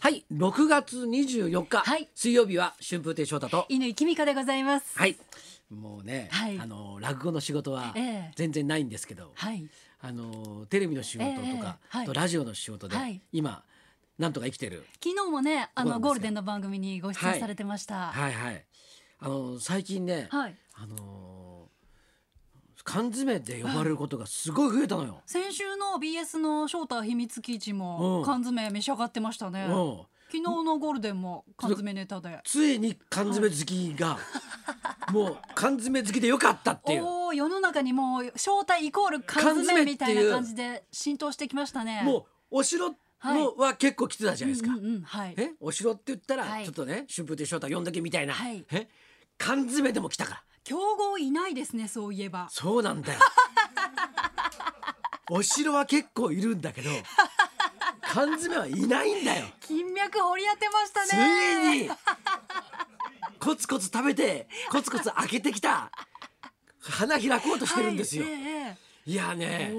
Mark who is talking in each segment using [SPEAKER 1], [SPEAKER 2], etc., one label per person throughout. [SPEAKER 1] はい6月24日、
[SPEAKER 2] はい
[SPEAKER 1] 水曜日は春風亭昇太と
[SPEAKER 2] 犬井美香でございます。
[SPEAKER 1] はいもうね、
[SPEAKER 2] はい
[SPEAKER 1] あの落語の仕事は
[SPEAKER 2] ええ
[SPEAKER 1] 全然ないんですけど、
[SPEAKER 2] はい。
[SPEAKER 1] あのテレビの仕事とか、
[SPEAKER 2] ええええはい
[SPEAKER 1] とラジオの仕事で、
[SPEAKER 2] はい
[SPEAKER 1] 今なんとか生きてる
[SPEAKER 2] 昨日もね、あ
[SPEAKER 1] そうなんですよ
[SPEAKER 2] のゴールデンの番組にご出
[SPEAKER 1] はい
[SPEAKER 2] 演されてました。はい。
[SPEAKER 1] はいはいあの最近ね、あの缶詰で呼ばれることがすごい増えたのよ。
[SPEAKER 2] 先週の BS の正体秘密基地
[SPEAKER 1] う
[SPEAKER 2] も
[SPEAKER 1] ん
[SPEAKER 2] 缶詰召し上がってましたね。
[SPEAKER 1] うん
[SPEAKER 2] 昨日のゴールデンも缶詰ネタで。
[SPEAKER 1] ついに缶詰好きが、もう缶詰好きでよかったっていう
[SPEAKER 2] おお、世の中にもう正体イコール缶
[SPEAKER 1] 缶詰っ
[SPEAKER 2] 詰
[SPEAKER 1] ていう
[SPEAKER 2] みたいな感じで浸透してきましたね。
[SPEAKER 1] もうお城のは結構来てたじゃないですか。
[SPEAKER 2] うんうんうん、はい。
[SPEAKER 1] えお城って言ったら
[SPEAKER 2] はい
[SPEAKER 1] ちょっとね、春風亭昇太呼んだけみたいな、
[SPEAKER 2] はい
[SPEAKER 1] え缶詰でも来たから
[SPEAKER 2] 競合いないですね、そういえば。
[SPEAKER 1] そうなん だよお城は結構いるんだけど缶詰はいないんだよ
[SPEAKER 2] 金脈掘り当てました
[SPEAKER 1] つ
[SPEAKER 2] ね。
[SPEAKER 1] いにコツコツ食べてコツコツ開けてきた花開こうとしてるんですよ、
[SPEAKER 2] はいえ
[SPEAKER 1] い、や
[SPEAKER 2] えええ
[SPEAKER 1] ね
[SPEAKER 2] お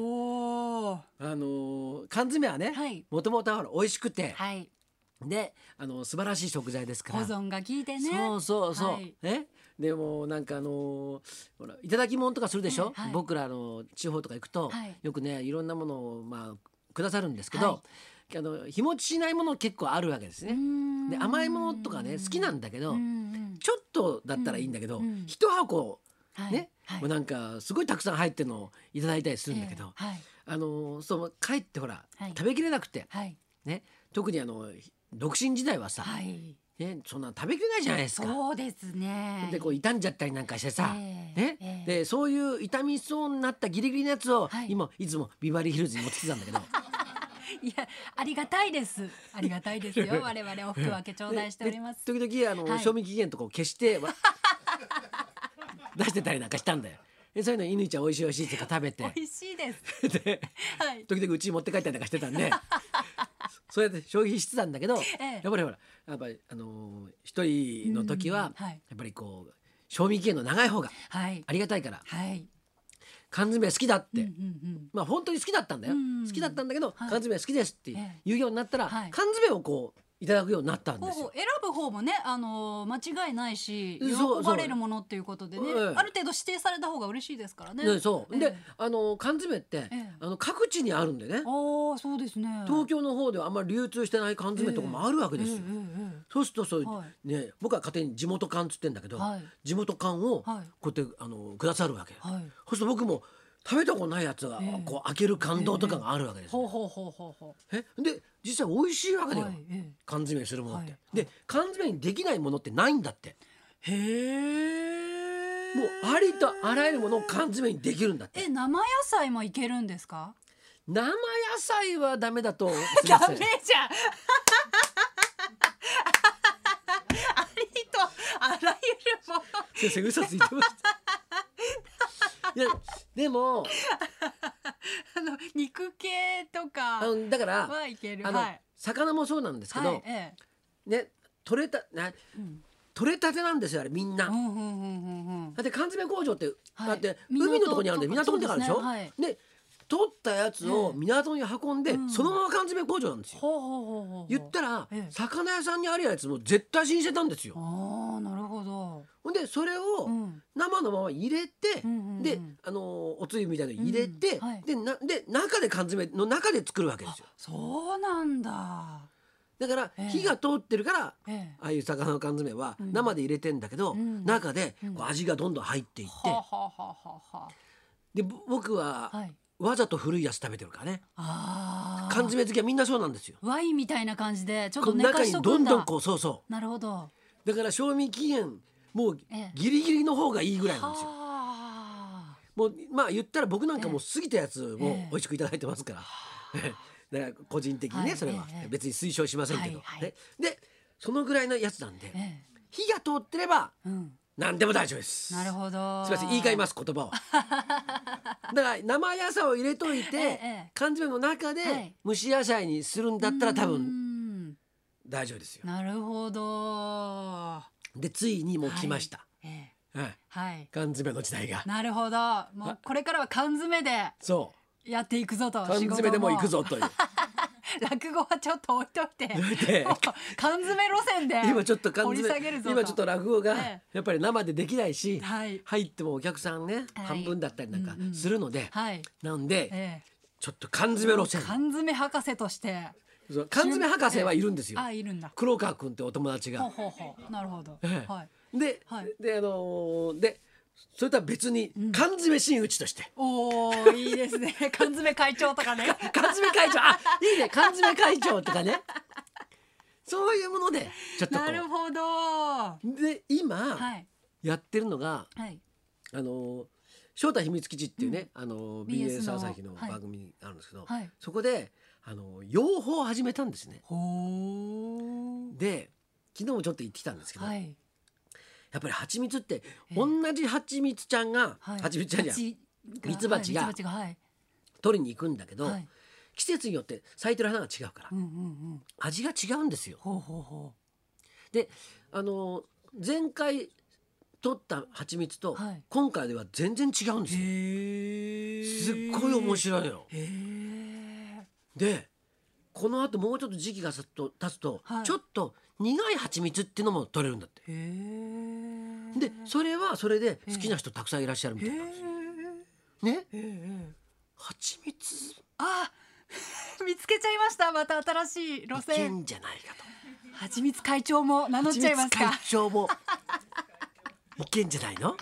[SPEAKER 2] お。
[SPEAKER 1] あのー缶詰はね、
[SPEAKER 2] はい
[SPEAKER 1] もともとはほら美味しくて、
[SPEAKER 2] はい。
[SPEAKER 1] であの素晴らしい食材ですか
[SPEAKER 2] 保
[SPEAKER 1] ら
[SPEAKER 2] 存が効いてね。
[SPEAKER 1] そうそうそう、
[SPEAKER 2] はい
[SPEAKER 1] ねでもなんかあのーほらいただき物とかするでしょ、
[SPEAKER 2] ええはい
[SPEAKER 1] 僕らあの地方とか行くと、
[SPEAKER 2] はい
[SPEAKER 1] よくねいろんなものをまあくださるんですけど、
[SPEAKER 2] は
[SPEAKER 1] あの日持ちしないもの結構あるわけですね。で
[SPEAKER 2] で
[SPEAKER 1] 甘いものとかね好きなんだけど、ちょっとだったらいいんだけど、
[SPEAKER 2] うんうん
[SPEAKER 1] 一箱
[SPEAKER 2] はい
[SPEAKER 1] ね、
[SPEAKER 2] はい
[SPEAKER 1] もうなんかすごいたくさん入ってるのをいただいたりするんだけど、
[SPEAKER 2] はい
[SPEAKER 1] あのーそう帰ってほら、
[SPEAKER 2] はい
[SPEAKER 1] 食べきれなくて
[SPEAKER 2] はい
[SPEAKER 1] ね特にあの独身時代はさ、
[SPEAKER 2] はい
[SPEAKER 1] ね、そんな食べきれないじゃないですか。
[SPEAKER 2] そうですね
[SPEAKER 1] でこう傷んじゃったりなんかしてさ、
[SPEAKER 2] ええ
[SPEAKER 1] ね
[SPEAKER 2] ええ
[SPEAKER 1] でそういう傷みそうになったギリギリのやつを、
[SPEAKER 2] はい
[SPEAKER 1] 今いつもビバリーヒルズに持ってきてたんだけど
[SPEAKER 2] いやありがたいですありがたいです
[SPEAKER 1] いや
[SPEAKER 2] よ我々お服分け頂戴 しております
[SPEAKER 1] でで時々あの、
[SPEAKER 2] はい
[SPEAKER 1] 賞味期限とかを消してわ 出してたりなんかしたんだよ。でそういうの犬ちゃんおいしいおいしいってか食べて
[SPEAKER 2] 美味しいです
[SPEAKER 1] で
[SPEAKER 2] はい
[SPEAKER 1] 時々うちに持って帰ったりなんかしてたんで そうやって消費してたんだけど、
[SPEAKER 2] ええ
[SPEAKER 1] やっぱりほらやっぱりあのー一人の時は、
[SPEAKER 2] うんはい
[SPEAKER 1] やっぱりこう賞味期限の長い方が
[SPEAKER 2] はい
[SPEAKER 1] ありがたいから
[SPEAKER 2] はい
[SPEAKER 1] 缶詰好きだって、
[SPEAKER 2] うんうん
[SPEAKER 1] まあ本当に好きだったんだよ、
[SPEAKER 2] うん
[SPEAKER 1] 好きだったんだけど、
[SPEAKER 2] は
[SPEAKER 1] 缶
[SPEAKER 2] い
[SPEAKER 1] 詰は好きですって
[SPEAKER 2] ええ
[SPEAKER 1] 言うようになったら、
[SPEAKER 2] はい
[SPEAKER 1] 缶詰をこういただくようになったん
[SPEAKER 2] うん
[SPEAKER 1] です
[SPEAKER 2] ほうほ
[SPEAKER 1] よ
[SPEAKER 2] う。選ぶ方もねあのー間違いないし
[SPEAKER 1] そうそう
[SPEAKER 2] 喜ばれるものっていうことでね
[SPEAKER 1] ええ
[SPEAKER 2] ある程度指定された方が嬉しいですからね
[SPEAKER 1] ね、そう、
[SPEAKER 2] ええ
[SPEAKER 1] であの缶詰って、
[SPEAKER 2] え
[SPEAKER 1] あの各地にあるんでね
[SPEAKER 2] ああそうですね
[SPEAKER 1] 東京の方ではあんまり流通してない缶詰とかもあるわけですよ。
[SPEAKER 2] えええええ
[SPEAKER 1] そうするとそう、
[SPEAKER 2] は
[SPEAKER 1] ね僕は勝手に地元缶っつってんだけど、
[SPEAKER 2] はい
[SPEAKER 1] 地元缶を
[SPEAKER 2] はい
[SPEAKER 1] こうやってあのくださるわけ、
[SPEAKER 2] えはい
[SPEAKER 1] そうすると僕も食べたことないやつが、
[SPEAKER 2] ええ
[SPEAKER 1] こう開ける感動とかがあるわけですよ、
[SPEAKER 2] ほうほうほうほうほ
[SPEAKER 1] えで実際美味しいわ
[SPEAKER 2] う。
[SPEAKER 1] けだよ、
[SPEAKER 2] はいえ
[SPEAKER 1] 缶詰にするものって、
[SPEAKER 2] はい
[SPEAKER 1] で缶詰にできないものってないんだって
[SPEAKER 2] えへえ。
[SPEAKER 1] もうありとあらゆるものを缶詰にできるんだって
[SPEAKER 2] え生野菜もいけるんですか？
[SPEAKER 1] 生野菜はダメだとすい
[SPEAKER 2] ダ
[SPEAKER 1] ま
[SPEAKER 2] メ
[SPEAKER 1] せん
[SPEAKER 2] じゃん。ありとあらゆるもの。
[SPEAKER 1] 先生嘘ついてましたいやで も
[SPEAKER 2] あの肉系とか
[SPEAKER 1] あのだから
[SPEAKER 2] はいける。
[SPEAKER 1] あの、
[SPEAKER 2] はい。
[SPEAKER 1] 魚もそうなんですけど、
[SPEAKER 2] はい。ええ。
[SPEAKER 1] ね取れたな
[SPEAKER 2] うん
[SPEAKER 1] 取れたてなんですよあれみんな、
[SPEAKER 2] う
[SPEAKER 1] だ
[SPEAKER 2] んうんうんうんうん。
[SPEAKER 1] って缶詰工場って、
[SPEAKER 2] はい
[SPEAKER 1] だって
[SPEAKER 2] 港
[SPEAKER 1] 海のとこにあるんで
[SPEAKER 2] とか
[SPEAKER 1] 港のとこにあるでしょ
[SPEAKER 2] そうです
[SPEAKER 1] で取ったやつを
[SPEAKER 2] ええ
[SPEAKER 1] 港に運んで、
[SPEAKER 2] うん
[SPEAKER 1] そのまま缶詰工場なんですよ
[SPEAKER 2] ほうほうほうほう。
[SPEAKER 1] 言ったら、
[SPEAKER 2] ええ
[SPEAKER 1] 魚屋さんにあるやつも絶対新鮮なんですよ。
[SPEAKER 2] ああなるほど。
[SPEAKER 1] ほんでそれ
[SPEAKER 2] う
[SPEAKER 1] を
[SPEAKER 2] ん。
[SPEAKER 1] 生のまま入れて、
[SPEAKER 2] うんうんうん
[SPEAKER 1] であのーおつゆみたいなの入れて、
[SPEAKER 2] うんはい
[SPEAKER 1] でなで中で缶詰の中で作るわけですよ。
[SPEAKER 2] そうなんだ。
[SPEAKER 1] だから、
[SPEAKER 2] ええ
[SPEAKER 1] 火が通ってるから
[SPEAKER 2] ええ。
[SPEAKER 1] ああいう魚の缶詰は
[SPEAKER 2] うん
[SPEAKER 1] 生で入れてんだけど、
[SPEAKER 2] うん
[SPEAKER 1] 中で
[SPEAKER 2] うん
[SPEAKER 1] こう味がどんどん入っていって、
[SPEAKER 2] はあはあはあはあは
[SPEAKER 1] でぼ僕は
[SPEAKER 2] あ。はい。
[SPEAKER 1] わざと古いやつ食べてるからね
[SPEAKER 2] ああ。
[SPEAKER 1] 缶詰好きはみんなそうなんですよ。
[SPEAKER 2] ワインみたいな感じでちょっ
[SPEAKER 1] ことの
[SPEAKER 2] 寝
[SPEAKER 1] 中
[SPEAKER 2] か
[SPEAKER 1] に
[SPEAKER 2] しと
[SPEAKER 1] ど
[SPEAKER 2] く
[SPEAKER 1] ん
[SPEAKER 2] んだ
[SPEAKER 1] どんこうそうそう
[SPEAKER 2] なるほど
[SPEAKER 1] だから賞味期限もう
[SPEAKER 2] ええ
[SPEAKER 1] ギリギリの方がいいぐらいなんですよ。
[SPEAKER 2] はあ
[SPEAKER 1] もうまあ言ったら僕なんかもう
[SPEAKER 2] え
[SPEAKER 1] 過ぎたやつ
[SPEAKER 2] え
[SPEAKER 1] も
[SPEAKER 2] え
[SPEAKER 1] 美味しくいただいてますから、 だから個人的にね、
[SPEAKER 2] はい
[SPEAKER 1] それは
[SPEAKER 2] ええ
[SPEAKER 1] 別に推奨しませんけど、
[SPEAKER 2] はいはい
[SPEAKER 1] ねでそのぐらいのやつなんで、
[SPEAKER 2] え
[SPEAKER 1] 火が通ってれば
[SPEAKER 2] えうん
[SPEAKER 1] 何でも大丈夫です。
[SPEAKER 2] なるほど
[SPEAKER 1] すみません言い換えますす 言葉を。だから生野菜を入れといて、
[SPEAKER 2] ええ
[SPEAKER 1] 缶詰の中で
[SPEAKER 2] はい
[SPEAKER 1] 蒸し野菜にするんだったら多分
[SPEAKER 2] 分
[SPEAKER 1] 大丈夫ですよ。
[SPEAKER 2] なるほど
[SPEAKER 1] でついにもう来ました、
[SPEAKER 2] ええ
[SPEAKER 1] はい
[SPEAKER 2] はい
[SPEAKER 1] 缶詰の時代が。
[SPEAKER 2] なるほどもうこれからは缶詰で
[SPEAKER 1] そう
[SPEAKER 2] やっていくぞと
[SPEAKER 1] 缶詰でも行くぞという。
[SPEAKER 2] 落語はちょっと置いといて
[SPEAKER 1] いて
[SPEAKER 2] もう缶詰路線で
[SPEAKER 1] 今ちょっと缶
[SPEAKER 2] 掘り下
[SPEAKER 1] 詰
[SPEAKER 2] げるぞ
[SPEAKER 1] 今ちょっと落語が
[SPEAKER 2] え
[SPEAKER 1] やっぱり生でできないし、
[SPEAKER 2] はい
[SPEAKER 1] 入ってもお客さんね、
[SPEAKER 2] はい
[SPEAKER 1] 半分だったりなんか
[SPEAKER 2] うんうん
[SPEAKER 1] するので、
[SPEAKER 2] はい、
[SPEAKER 1] なんで
[SPEAKER 2] え
[SPEAKER 1] ちょっと缶詰路
[SPEAKER 2] え、
[SPEAKER 1] 線
[SPEAKER 2] 缶詰博士として
[SPEAKER 1] そう缶詰博士はいるんですよ
[SPEAKER 2] あいるんだ
[SPEAKER 1] 黒川君ってお友達
[SPEAKER 2] ほう
[SPEAKER 1] が。
[SPEAKER 2] ほうほうなるほど、
[SPEAKER 1] ええ
[SPEAKER 2] はい
[SPEAKER 1] で,、
[SPEAKER 2] はい
[SPEAKER 1] であのーでそれとは別に
[SPEAKER 2] ん
[SPEAKER 1] 缶詰真打ちとして。
[SPEAKER 2] おーいいです ね缶詰会長とかね
[SPEAKER 1] 缶詰会長あいいね缶詰会長とか ねそういうものでちょっとこ
[SPEAKER 2] なるほどは
[SPEAKER 1] うで今、
[SPEAKER 2] い
[SPEAKER 1] やってるのが
[SPEAKER 2] はい
[SPEAKER 1] あの正体秘密基地っていうね、あの
[SPEAKER 2] BS
[SPEAKER 1] BS
[SPEAKER 2] の
[SPEAKER 1] 朝日の
[SPEAKER 2] はい
[SPEAKER 1] 番組があるんですけど、
[SPEAKER 2] はい
[SPEAKER 1] そこであの養蜂を始めたんですね。
[SPEAKER 2] ほー
[SPEAKER 1] で昨日もちょっと行ってきたんですけど、
[SPEAKER 2] はい
[SPEAKER 1] やっぱり蜂蜜って
[SPEAKER 2] え
[SPEAKER 1] 同じ蜂蜜ちゃんが、
[SPEAKER 2] はい
[SPEAKER 1] 蜂蜜ちゃんじゃん
[SPEAKER 2] 蜂が
[SPEAKER 1] 蜜蜂が
[SPEAKER 2] はい蜜蜂がはい
[SPEAKER 1] 取りに行くんだけど、
[SPEAKER 2] はい
[SPEAKER 1] 季節によって咲いてる花が違うから、
[SPEAKER 2] うんうんうん
[SPEAKER 1] 味が違うんですよ。
[SPEAKER 2] ほうほうほ
[SPEAKER 1] であの前回取った蜂蜜と、
[SPEAKER 2] はい
[SPEAKER 1] 今回では全然違うん
[SPEAKER 2] う
[SPEAKER 1] ですよ。
[SPEAKER 2] へえ
[SPEAKER 1] すっごい面白いのよ。
[SPEAKER 2] へえ
[SPEAKER 1] でこのあともうちょっと時期がさっと経つと、
[SPEAKER 2] はい
[SPEAKER 1] ちょっと苦い蜂蜜っていうのも取れるんだって。
[SPEAKER 2] へえ
[SPEAKER 1] でそれはそれで好きな人たくさんいらっしゃるみ
[SPEAKER 2] へ
[SPEAKER 1] たいなんですよ。ね
[SPEAKER 2] ええ
[SPEAKER 1] 蜂蜜
[SPEAKER 2] あ見つけちゃいましたまた新しい路
[SPEAKER 1] いけ
[SPEAKER 2] 線
[SPEAKER 1] んじゃないか
[SPEAKER 2] はちみつ会長も名乗
[SPEAKER 1] と。
[SPEAKER 2] っちゃいます
[SPEAKER 1] 蜂蜜
[SPEAKER 2] か
[SPEAKER 1] 会長もいけんじゃないの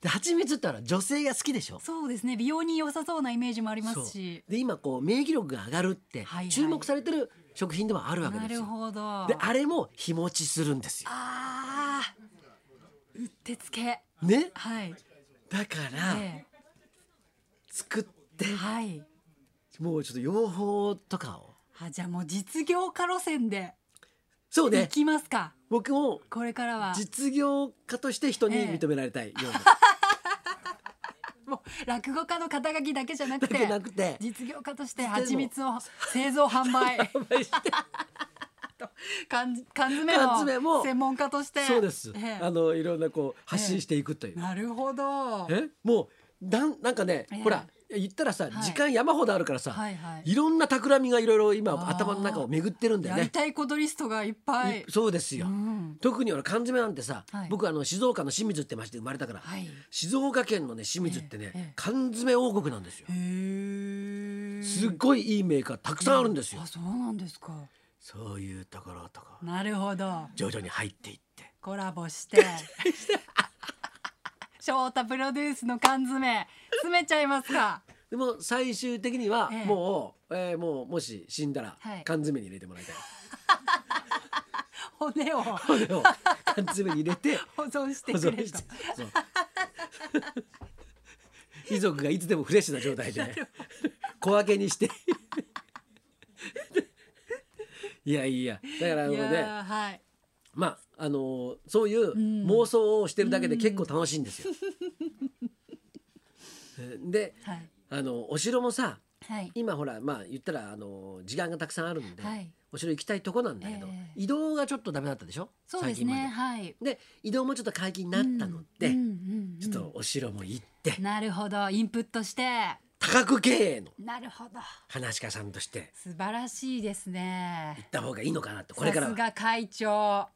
[SPEAKER 1] で蜂蜜ってほら女性が好きでしょ。
[SPEAKER 2] そうですね美容に良さそうなイメージもありますし
[SPEAKER 1] で今こう免疫力が上がるって
[SPEAKER 2] はいはい
[SPEAKER 1] 注目されてる食品でもあるわけ
[SPEAKER 2] な
[SPEAKER 1] です
[SPEAKER 2] る
[SPEAKER 1] よ。
[SPEAKER 2] ほど
[SPEAKER 1] であれも日持ちするんですよ。
[SPEAKER 2] あーうってつけ
[SPEAKER 1] ね
[SPEAKER 2] はい、
[SPEAKER 1] だから
[SPEAKER 2] え
[SPEAKER 1] 作って
[SPEAKER 2] えはい
[SPEAKER 1] もうちょっと養蜂とかを。
[SPEAKER 2] あじゃあもう実業家路線で
[SPEAKER 1] そう
[SPEAKER 2] 行
[SPEAKER 1] ね。
[SPEAKER 2] きますか
[SPEAKER 1] 僕も
[SPEAKER 2] これからは
[SPEAKER 1] 実業家として人に
[SPEAKER 2] ええ
[SPEAKER 1] 認められたいような
[SPEAKER 2] もう落語家の肩書きだけじゃな
[SPEAKER 1] だ
[SPEAKER 2] く
[SPEAKER 1] けな
[SPEAKER 2] て
[SPEAKER 1] くて。
[SPEAKER 2] 実業家として蜂蜜を製造 販売
[SPEAKER 1] 販売して
[SPEAKER 2] 缶缶
[SPEAKER 1] 缶詰
[SPEAKER 2] 詰
[SPEAKER 1] も
[SPEAKER 2] の専門家として
[SPEAKER 1] そうです。
[SPEAKER 2] ええ
[SPEAKER 1] あのいろんなこう発信していくという。
[SPEAKER 2] なるほど
[SPEAKER 1] えもうなんなんかね、
[SPEAKER 2] ええ
[SPEAKER 1] ほら言ったらさ、
[SPEAKER 2] はい
[SPEAKER 1] 時間山ほどあるからさ、
[SPEAKER 2] はい
[SPEAKER 1] い
[SPEAKER 2] はい
[SPEAKER 1] ろんな企みがいろいろ今
[SPEAKER 2] あー
[SPEAKER 1] 頭の中を巡ってるんだよ
[SPEAKER 2] やり
[SPEAKER 1] ね。
[SPEAKER 2] たいことリストがいっぱい
[SPEAKER 1] いそうですよ。
[SPEAKER 2] うん
[SPEAKER 1] 特に俺缶詰なんてさ、
[SPEAKER 2] はい
[SPEAKER 1] 僕あの静岡の清水ってまして生まれたから、
[SPEAKER 2] はい
[SPEAKER 1] 静岡県のね清水ってね、
[SPEAKER 2] ええええ
[SPEAKER 1] 缶詰王国なんですよ。
[SPEAKER 2] へえ
[SPEAKER 1] すっごいいいメーカーたくさんあるんですよ
[SPEAKER 2] あ。そうなんですか
[SPEAKER 1] そういうところとか
[SPEAKER 2] なるほど
[SPEAKER 1] 徐々に入っていって
[SPEAKER 2] コラボして 翔太プロデュースの缶詰詰めちゃいますか
[SPEAKER 1] でも最終的には
[SPEAKER 2] ええ
[SPEAKER 1] もう、えーもうもし死んだら
[SPEAKER 2] はい
[SPEAKER 1] 缶詰に入れてもらい たい、
[SPEAKER 2] 骨を保
[SPEAKER 1] これを缶詰に入れて
[SPEAKER 2] 存して
[SPEAKER 1] 保
[SPEAKER 2] く
[SPEAKER 1] 存
[SPEAKER 2] れ
[SPEAKER 1] し
[SPEAKER 2] と
[SPEAKER 1] てそう遺族がいつでもフレッシュな状態で小分けにしていやいやだからあの
[SPEAKER 2] いや
[SPEAKER 1] ね
[SPEAKER 2] ーはい
[SPEAKER 1] まああのーそういう
[SPEAKER 2] うん
[SPEAKER 1] 妄想をしてるだけで結構楽しいんです よ。で
[SPEAKER 2] はい
[SPEAKER 1] あのお城もさ
[SPEAKER 2] はい
[SPEAKER 1] 今ほらまあ言ったらあの時間がたくさんあるんで、
[SPEAKER 2] はい
[SPEAKER 1] お城行きたいとこなんだけど、
[SPEAKER 2] ええ
[SPEAKER 1] 移動がちょっとダメだったでしょ
[SPEAKER 2] そうです
[SPEAKER 1] 最
[SPEAKER 2] ね
[SPEAKER 1] 近ま
[SPEAKER 2] はい
[SPEAKER 1] で。で移動もちょっと解禁になったので、
[SPEAKER 2] うんうんうん
[SPEAKER 1] ちょっとお城も行って、
[SPEAKER 2] なるほどインプットして
[SPEAKER 1] 多角経営の
[SPEAKER 2] なるほど
[SPEAKER 1] 話し家さんとして
[SPEAKER 2] 素晴らしいです
[SPEAKER 1] 行
[SPEAKER 2] ね
[SPEAKER 1] った方がいいのかなとこれから
[SPEAKER 2] さ
[SPEAKER 1] は
[SPEAKER 2] すが会長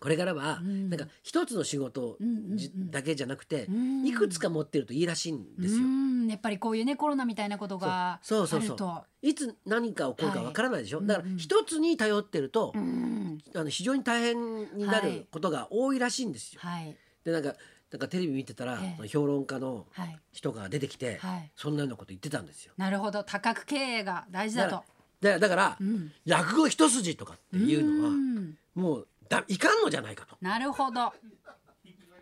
[SPEAKER 1] これからは、
[SPEAKER 2] うん
[SPEAKER 1] なんか一つの仕事を
[SPEAKER 2] うんうんうん
[SPEAKER 1] じだけじゃなくて、
[SPEAKER 2] うん
[SPEAKER 1] いくつか持ってるといいらしいんですよ。
[SPEAKER 2] うんやっぱりこういうねコロナみたいなことがある
[SPEAKER 1] そ
[SPEAKER 2] と
[SPEAKER 1] うそうそうそういつ何か起こるかわからないでしょ、
[SPEAKER 2] はい
[SPEAKER 1] だか
[SPEAKER 2] う
[SPEAKER 1] ら
[SPEAKER 2] んうん
[SPEAKER 1] 一つに頼ってると、
[SPEAKER 2] うん
[SPEAKER 1] あの非常に大変になることが多いらしいんですよ。
[SPEAKER 2] はい
[SPEAKER 1] でなんかなんかテレビ見てたら、
[SPEAKER 2] ええ
[SPEAKER 1] 評論家の
[SPEAKER 2] はい
[SPEAKER 1] 人が出てきて、
[SPEAKER 2] はい
[SPEAKER 1] そんなようなこと言ってたんですよ。
[SPEAKER 2] なるほど多角経営が大事だ
[SPEAKER 1] だ
[SPEAKER 2] と
[SPEAKER 1] からだから、
[SPEAKER 2] うん
[SPEAKER 1] 落語一筋とかっていうのは
[SPEAKER 2] ん
[SPEAKER 1] もうだいかんのじゃないかと。
[SPEAKER 2] なるほど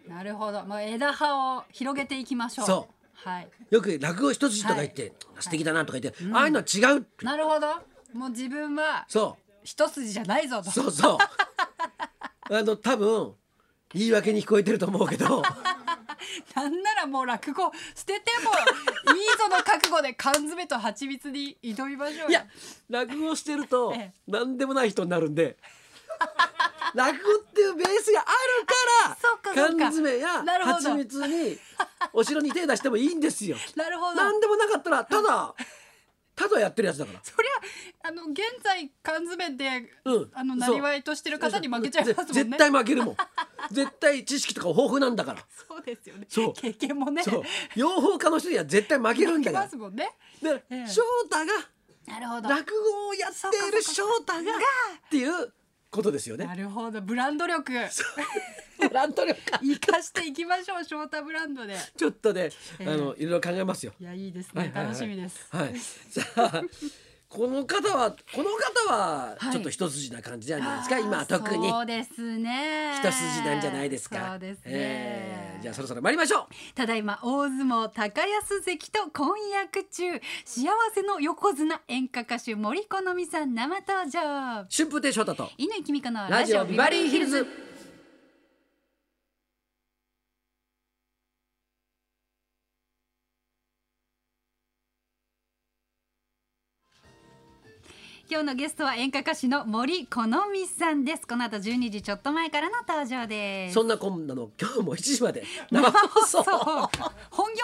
[SPEAKER 2] なるほどもう枝葉を広げていきましょう
[SPEAKER 1] そう
[SPEAKER 2] はい
[SPEAKER 1] よく落語一筋とか言って、素敵だなとか言って、ああいうのは違うって、
[SPEAKER 2] なるほどもう自分は
[SPEAKER 1] そう
[SPEAKER 2] 一筋じゃないぞと
[SPEAKER 1] そう そうあの多分言い訳に聞こえてると思うけど
[SPEAKER 2] なんならもう落語捨ててもいいぞの覚悟で缶詰と蜂蜜に挑みましょうよ
[SPEAKER 1] いや落語してると
[SPEAKER 2] ええ
[SPEAKER 1] 何でもない人になるんで 落語っていうベースがある
[SPEAKER 2] そっ
[SPEAKER 1] か
[SPEAKER 2] からそっか
[SPEAKER 1] 缶詰や
[SPEAKER 2] なるほど
[SPEAKER 1] 蜂蜜にお城に手出してもいいんですよ。
[SPEAKER 2] なるほど
[SPEAKER 1] 何でもなかったらただただやってるやつだから。
[SPEAKER 2] そりゃあの現在缶詰で
[SPEAKER 1] うん。
[SPEAKER 2] あのな
[SPEAKER 1] そう
[SPEAKER 2] りわいとしてる方に負けちゃいますもんね。
[SPEAKER 1] ぜ絶対負けるもん。絶対知識とか豊富なんだから。
[SPEAKER 2] そうですよね。
[SPEAKER 1] そう
[SPEAKER 2] 経験もね。
[SPEAKER 1] そう。養蜂家の人には絶対負けるんだ
[SPEAKER 2] い
[SPEAKER 1] から
[SPEAKER 2] ま。すもんね。
[SPEAKER 1] で
[SPEAKER 2] ええ
[SPEAKER 1] 翔太が
[SPEAKER 2] なるほど。
[SPEAKER 1] 落語をやっている翔太がっていうことですよね
[SPEAKER 2] な。るほど。ブランド力
[SPEAKER 1] ブランド力か。
[SPEAKER 2] 生かしていきましょう。ショータブランドで。
[SPEAKER 1] ちょっとね、あ
[SPEAKER 2] ええ
[SPEAKER 1] のいろいろ考えますよ。
[SPEAKER 2] いやいいです
[SPEAKER 1] は
[SPEAKER 2] ね
[SPEAKER 1] い。はいはい
[SPEAKER 2] 楽しみです。
[SPEAKER 1] はい。さあ。この方はこの方は
[SPEAKER 2] はい
[SPEAKER 1] ちょっと一筋な感じなんじゃないですか、
[SPEAKER 2] あー
[SPEAKER 1] 今は特に
[SPEAKER 2] そうですね。
[SPEAKER 1] 一筋なんじゃないですか
[SPEAKER 2] そうですね。
[SPEAKER 1] ええじゃあそろそろ参りましょう
[SPEAKER 2] ただいま大相撲高安関と婚約中幸せの横綱演歌歌手森好美さん生登場
[SPEAKER 1] 春風亭昇太と
[SPEAKER 2] 犬井君香の
[SPEAKER 1] ラジオビバリーヒルズ
[SPEAKER 2] 今日のゲストは演歌歌手の森好美さんですこの後12時ちょっと前からの登場です
[SPEAKER 1] そんなこんなの今日も1時まで生放送
[SPEAKER 2] そう本業